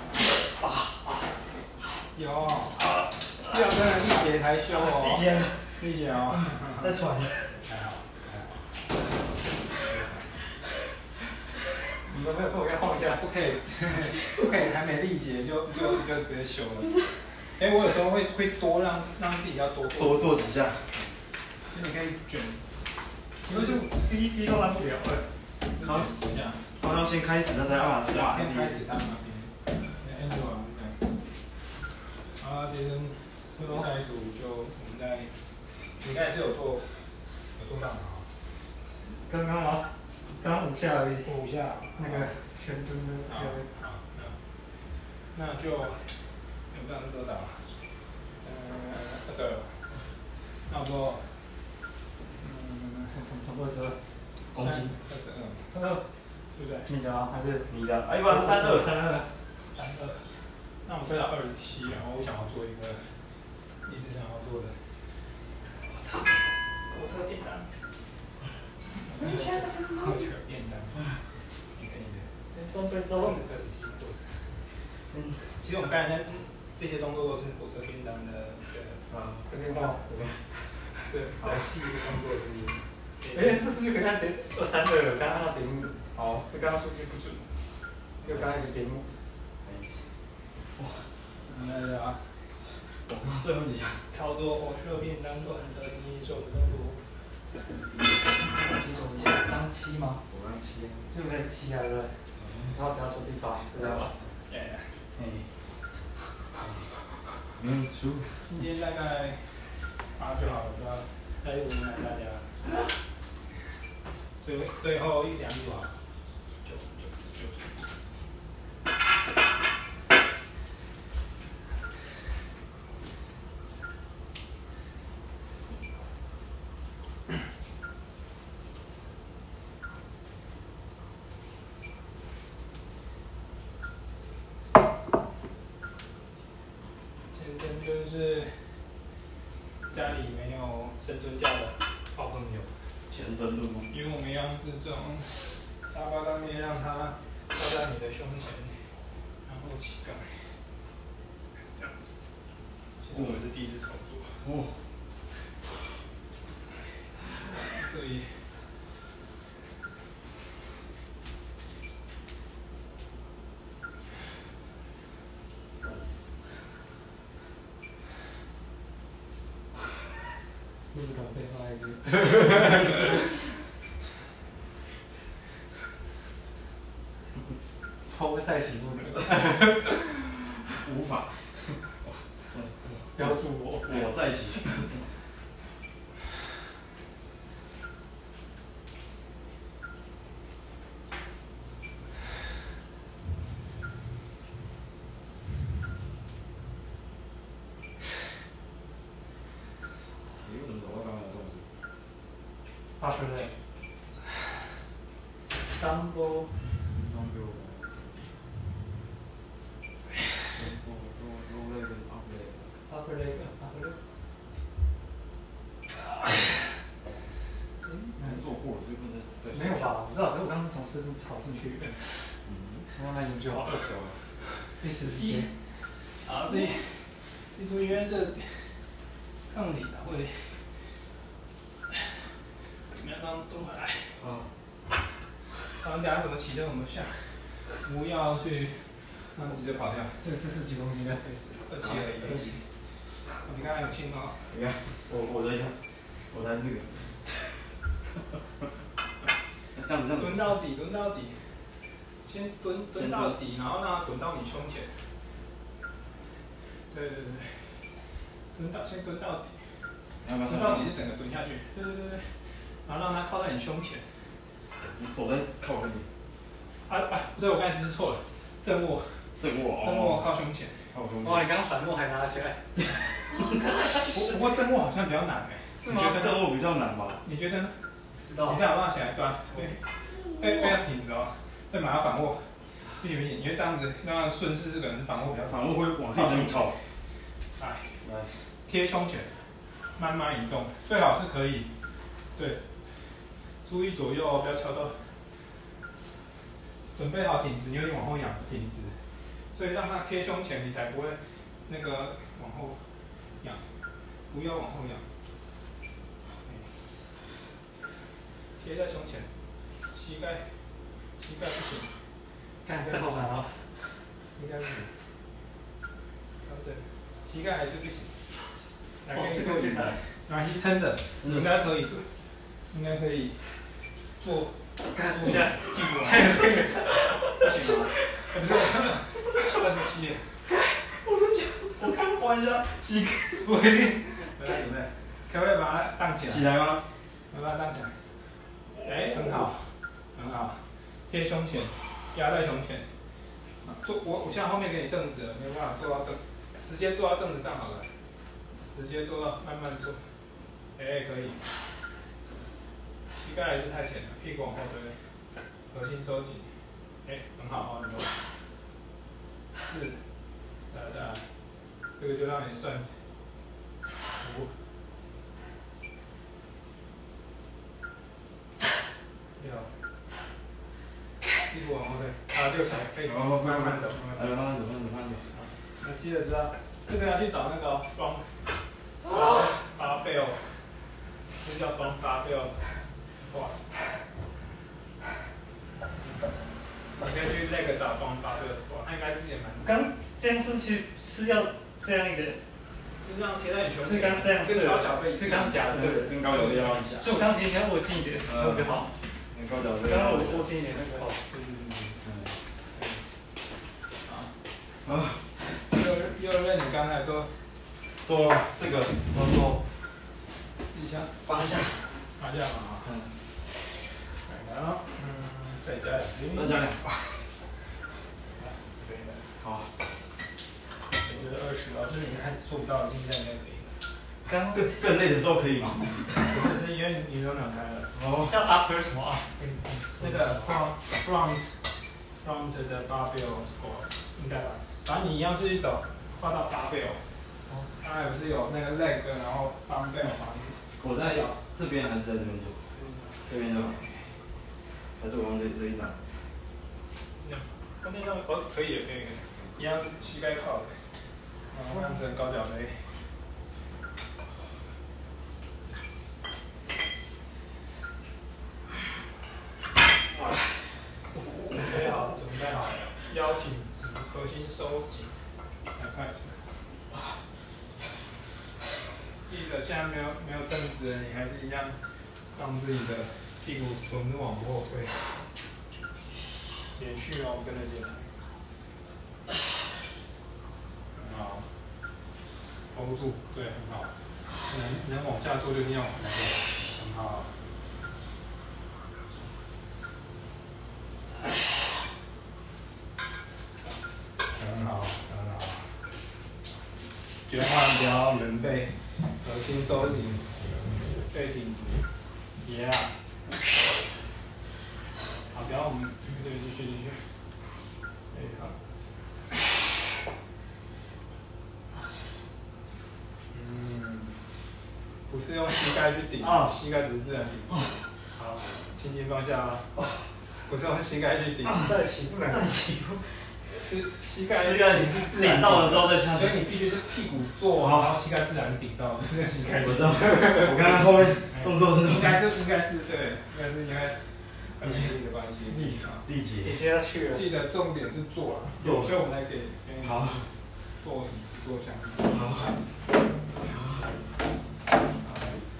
很好，很好。有，是要真的力竭才修哦，
力竭，
力竭哦，
在喘，
还好，还好。你们没有跟我要放下，不可以，不可以，还没力竭就就就直接修了。哎、我有时候会会多让让自己要多做，
多做几下。
就你可以卷，你
不
就是
是第一批都拦不了。
好
卷一下。
好像先开始，那再按
从哪
按
边开始？按哪边？先做完对。好，杰森，这边下一组就我们再，你刚才是有做有做到吗？
刚刚啊，刚五下而已，
做五下
那个全蹲的
好，好，那那就有这样是多少？嗯，二十二。那我做，嗯，
什什什么时候？
公斤。
二十二，
他说
对不对？
你讲还是
你的，哎，不然三二三。
三二，
三二。那我们推到二十七，然后我想要做一个一直想要做的。我操！火车便当。你吃的火车便当。你可以的。
东北都
二十七火车。其实我们刚才那这些动作都是火车便当的的
啊，
这边报。
对的细的动作是。
哎，这次就给他点二三二，刚刚那点五，
好。
就刚刚数据不准，就刚刚那个点五，
哎
那个啊，
最后几下。
操作火车便当段的你手动作。
几手一下，刚七吗？
我刚七。
就那七啊，对不对？然后等下做第八，知道吧？
哎，
哎。嗯，出。
今天大概八就好了，是吧？再无奈大家。最最后一两组啊，九九九九。先生就是家里没有深
真的吗？
与我们一样是这种沙发上面让它靠在你的胸前，然后膝盖，是这样子。其实我们是第一次操作，
哦，
这里
录不懂废话一句。 抛个再起步，
无法，
标注我。
我在起。
你为什么走到刚刚的动作？
八十类。Double
你弄给我。我我我累跟啊累。
upper leg upper leg。
还是做过了，所以不能对。
没有吧？我不知道，可是我刚刚是从深度跑进去的，
嗯，啊
我慢慢研究好了。第十时间，
啊，这里这出因为这抗体它会怎么样让动回来？
啊，
然后等下怎么骑在我们下，不要去让直接跑掉，
这这是几公斤的？
二七而已。你刚才有信号，
你看，我我在看，我才四个。
那这样子这样子。
蹲到底，蹲到底，先蹲蹲到底，然后让它滚到你胸前。对对对，蹲到先蹲到底，
你要不要
蹲
先
到底是整个蹲下去。对对对对，然后让它靠在你胸前。
你手在靠着你，
啊啊，不对，我刚才姿势错了，正握，
这个
哦
我
正握靠胸前。
靠胸
哇，你刚刚反握还拿起来，
不不过正握好像比较难哎、
是
你觉得
吗？哦
这我比较难吧？
你觉得呢？
知道
你这。样拉起来，对吧、对，
嗯
背背要挺直哦，对，马上反握，不行不行，你会这样子让它顺势这个人反握比较
反而会往自己身体靠。
哎来，
来，
贴胸前，慢慢移动，最好是可以，对，注意左右哦，不要敲到。准备好挺直，你有点往后仰，挺直，所以让它贴胸前，你才不会那个往后仰，不要往后仰，哎贴在胸前，膝盖，膝盖不行。
干，这好难啊！
应该不行。啊，对，膝盖还是不行。来，
哦
哇，
给
这
你
个
做
有
一
点
个
难。
没关系，撑着，
撑着
应该可以做，应该可以做。
干，
做
我现在
屁股啊，
太有这个。
不行吗？哎不是，二十七耶，
我看我一下膝盖。
我已经回来准备，可不可以把它荡起来
起？来吗？
把它荡起来。哎，很好，很好，贴胸前，压在胸前。啊坐，我我现在后面给你凳子了，没有办法坐到凳，直接坐到凳子上好了，直接坐到，慢慢坐。哎，可以。膝盖还是太浅了，屁股往后推，核心收紧。哎，很好，很好。四，来再来，这个就让你算五。六，屁股往后退，啊，六起来，可以，
哦
慢慢走，慢慢走
来，。慢慢走，慢慢走，慢慢走。
我记得知道，这个要去找那个 from 发发 b e l 这叫 from 发 b e l 哇，你可以去那个找 from 发 b e l squat，它应该是也蛮，
刚这样是去是要这样一个，
就是这样贴在你
不
胸
是刚这样
跟高脚背一
是
样，
刚夹对不对？
跟高脚一样一下，
所以我刚其实应该握紧一点，特别好。
跟高脚啊
刚
一
刚
样
我
一下
握紧一点，那个好。
嗯
嗯。
哦
啊，
右右任你刚才说
做这个，
然后
一下
八下，
拿下嘛啊，然后嗯再加两
再
个，
加两把。
可以的。
好，
我觉得二十啊，就是你一开始做不到，现在应该可以了。
刚
更更累的时候可以吗？
只是因为你都两开了。
哦，
像 upper 什么啊？
那个 from from from to the barbell squat 应该吧？反哦正你一样自己走，画到 barbell。
哦
当然不是有那个 leg，然后 barbell 嘛。
我在这边还是在这边做？
这边就好，还是我用这这一张？
这样，跟那张哦可以可以可以，一样是膝盖靠着，然后换成高脚杯。准备好，准备好，腰挺直，核心收紧，来开始。记得现在没有没有凳子的，你还是一样让自己的屁股臀部往后推。连续哦，跟着进来。很好，hold 住，对，很好。能能往下做就一定要往下做，很好。啊很好，很好。绝换腰，人背，核心收紧，背挺直，Yeah。好，不要我们对，继续继续。哎，好。嗯，不是用膝盖去顶，
啊
膝盖只是自然顶。好，轻轻放下啊。不是用膝盖去顶，
再起步，再起步，
是啊膝盖
这个你是自然到的时候再下去
所。以你必须是屁股坐，然后膝盖自然顶到，不是膝盖去
我
顶。
知道，
我刚刚后面动作是
应该是应该是对，应该是因为很力的关系。
力
啊
力
已
竭，
经要去了，
记得重点是 坐了，
坐
所以我们来给给嗯你
好
坐椅坐下。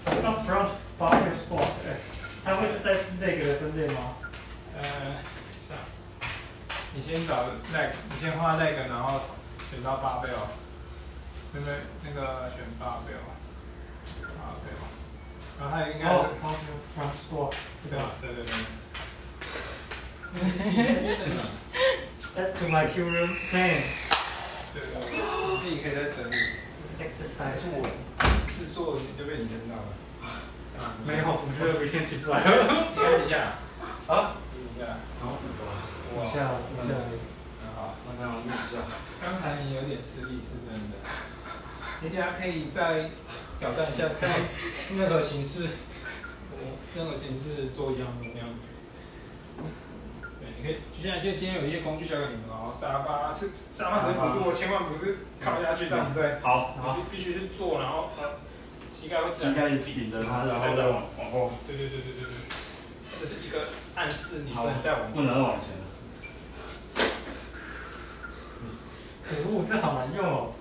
好，
到 front body squat，对，它会是在那个分类吗？
呃，这样，你先找 leg，你先画 leg，然后选到八倍哦，那个那个选八倍哦，八倍哦，然后它应该
哦
是，
好，front squat，
对吧？对对对。
That to my cue room plans
对对对，自己可以再整理。
exercise。
是做你就被你扔到了。啊
没有，我觉得 我一天起不来了。
你看一下，
啊？
一下，
好，
五
哇，
下，五下。
很好。
慢慢往一下，
刚才你有点吃力，是真的。你等下可以再挑战一下，在任何形式，我任何形式做一样的那样。对，你可以，就像现在今天有一些工具教给你们哦，沙发是沙发只是辅助我，千万不是靠下去这样，对。
好，
你必必须是坐，然后呃，膝盖会自
膝
然
盖顶着它，然后再往往后，
对对对对对对，这是一个暗示你
好
不能再往，
不
前。
能往前，
可恶，这好难用哦。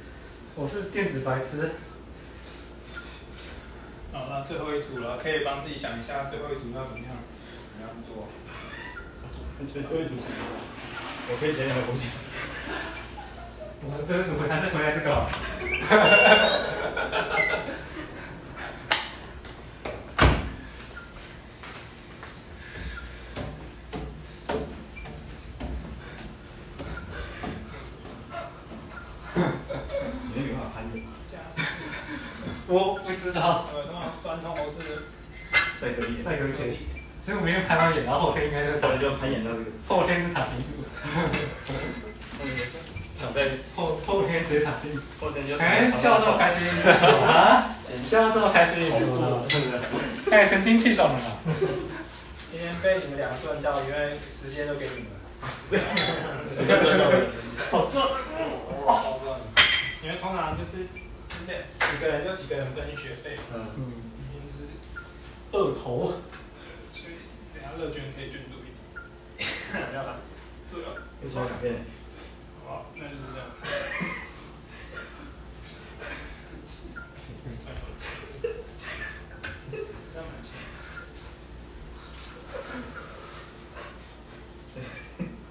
我是电子白痴。
好，那最后一组了，可以帮自己想一下最后一组要怎么样，怎么样做。
最后一组，我可以前两个攻击，
我们这组回还是回来这个哦。
你那没办法攀岩，
加速，
我不知道，
呃，通常酸痛都是
再隔一
那
点，
有一点。所以我明天排完演，然后后天应该就是
我
躺
们，就攀岩到这个，
后天是躺平组，躺在后后天直接躺平。
后天就
哎，笑这么开心啊！笑这么开心，恐怖，是不是？哎，神清气爽了嘛。
今天被你们俩算到，因为时间都给你们了。
好这
好乱，因为通常就是真的几个人就几个人分学费，
嗯，
嗯，
就是
二头。
所以等下乐捐可以捐多一点，要吧？这个
又说两遍，
好不好？那就是这样。那蛮强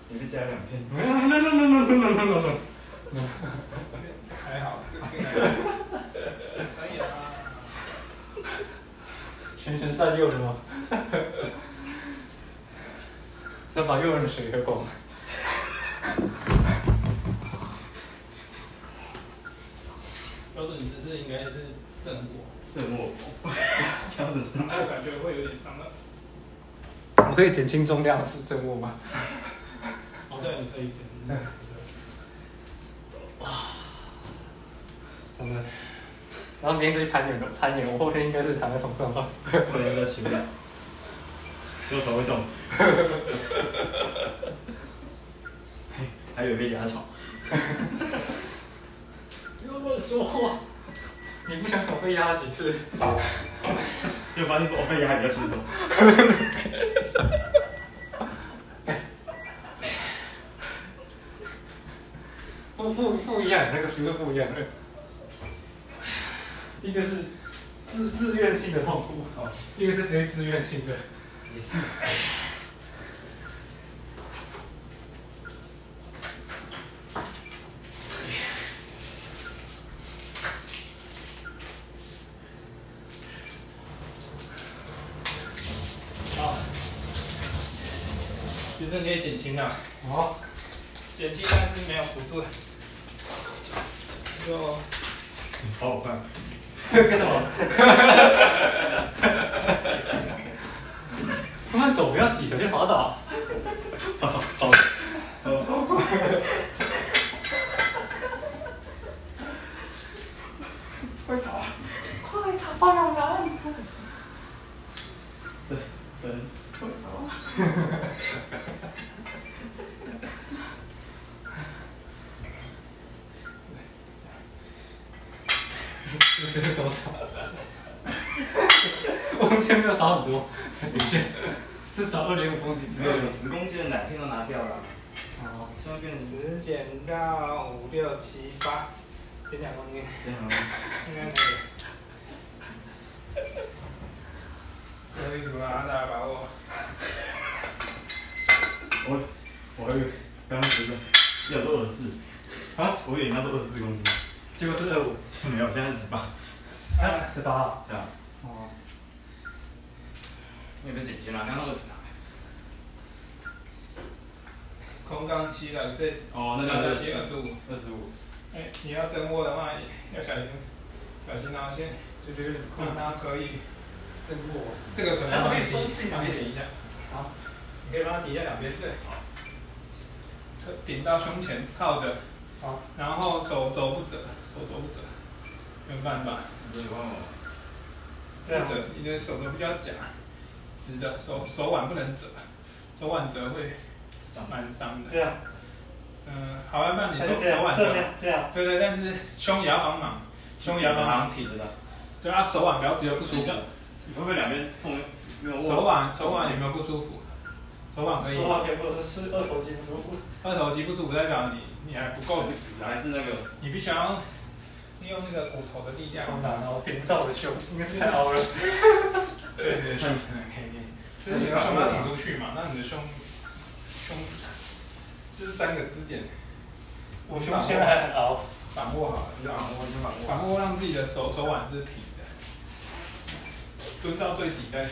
你被加两遍，
No no no no no no no no no。
还好，可以啊。
全身晒右了 吗？再把右人的水喝光。
标准姿势应该是正卧，
这我，调整成
我感觉会有点伤到。
我们可以减轻重量是真握吗？
哦，对，你可以减。
真的。然后明天就去攀岩了，攀岩，我后天应该是躺在床上吧。
后天再起不来，
只有头会动。还有被压床，
不要乱说话。你不想想被压几次？
就发现说我被压比较轻松。
不不不一样，那个评论不一样的。一个是自自愿性的痛苦，哦，一个是非自愿性的。
也是。
好，其实你也减轻了，
哦，
减轻但是没有辅助，就
好好看，
干什么？慢慢走，不要挤，小心滑倒。
好好好，对，真
这是多少？我们现在没有少很多，底线至少二点五公斤之
没
内
有，有十公斤的奶片都拿掉了，
哦，
现在变成
十减到五六七八，减两公斤，
这样了。
应该可以。可以吧，大家把握。
我我还以为刚刚不是要做二十四啊？我以为你要做二十四公斤，
结果是二五，
没有，现在十八，
啊，
十八。
这样。
哦，
你有被减轻了，刚刚二十拿。
空杠七了，这
哦，那
二
就
七二十五。
二十五，
哎、你要真握的话，要小心，小心拿线，
就觉得有点困
让
难，
它可以。
真过我。
这个可
哎
能
我可以收进
两
来一
边
点
顶一下，
好，
你可以帮它顶一下两边，对。可顶到胸前，靠着，
好，
然后手肘不折，手肘不折，没有办法，
十九万五，
不折，你的手肘比较夹，直的，手手腕不能折，手腕折会蛮伤的。
这样，
嗯，好了，那你
还是
说
这
手
样，
腕
这
折，
样，这样，
对对，但是胸也要帮忙，胸也要帮忙，
挺着的，
对啊，手腕不要觉得不舒服。
你会不会两边重没有握？
手腕手腕有没有不舒服？手腕可以。
说话全部都是是二头肌不舒服。
二头肌不舒服代表你你还不够直
还是那个
你必须要利用那个骨头的力量。
好难哦，顶不到我的胸，应该是太凹了。
对对，胸可能可以练，就是你的胸要挺出去嘛，那你的胸胸这是三个支点，
我胸现在还很凹，
掌握好了，
你
就
就
掌
把
握，
握，你就把握。
掌握让自己的手手腕是平的，蹲到最底再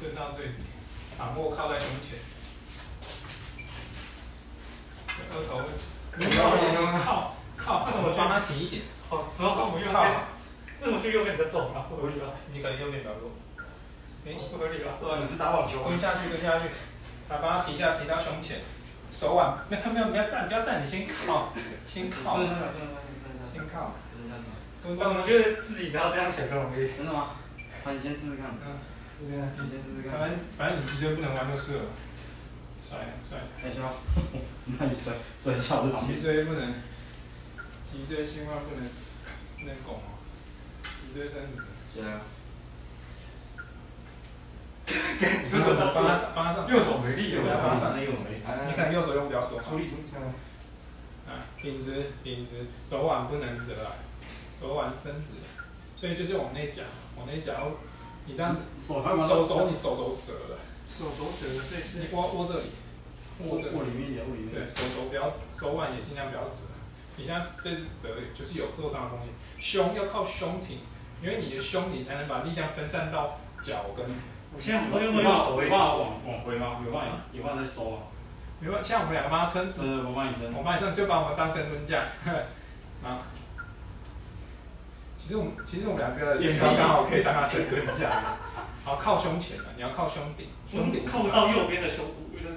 蹲到最底，掌握靠在胸前。对二头，
你要
靠靠，为什么帮他提一点？
好之后我右
靠
边，为什么就右边比较重啊？不合理吧？
你可能右边比较弱。哎、
不合理吧？
对，
你是打网球啊
蹲？下去，蹲下去，来帮他提一下，提到胸前，手腕，没有没有，不要站，不要站，你先靠，先靠，
蹲下，
先
蹲下，蹲下，
靠，
蹲下，
蹲
我怎么
到，
觉得自己拿到这样选更容易？
真的吗？好，你先试试看，
嗯，
这边
你先试试
反
看。
正反正你脊椎不能弯就是了，甩甩，
等一下，
那你甩甩一下我的
脊
脊，
椎不能，脊椎心脏不能不能拱哦，脊椎伸直，
起来啊。
你右手帮他上，帮他上，
右手没力
有
了，
在上那个没，
来
你可能右手用比较多，
处理处理。
嗯
啊，挺直挺直，手腕不能折啊，手腕伸直，所以就是往内夹，往内夹，哦你这样子，
手还
手肘你手肘折了，
嗯手肘折的，所以是
你握握这里，
握
握这
握
里，
里面一点，握里面一
对，
点。
手肘不要，手腕也尽量不要折。你现在这只折就是有受伤的东西，胸要靠胸挺，因为你的胸你才能把力量分散到脚跟，
我现在很多用到右手
有
诶
办。法往往回吗？有办法有办法再收啊？
没办法，像我们两个帮他撑，
呃，我帮你伸。
我们这样就把我们当成论 架，啊。其实我们其实我们两个的身高刚好可以当他成论架，好靠胸前了，你要靠胸顶，胸顶
我靠不到右边的胸骨，就是靠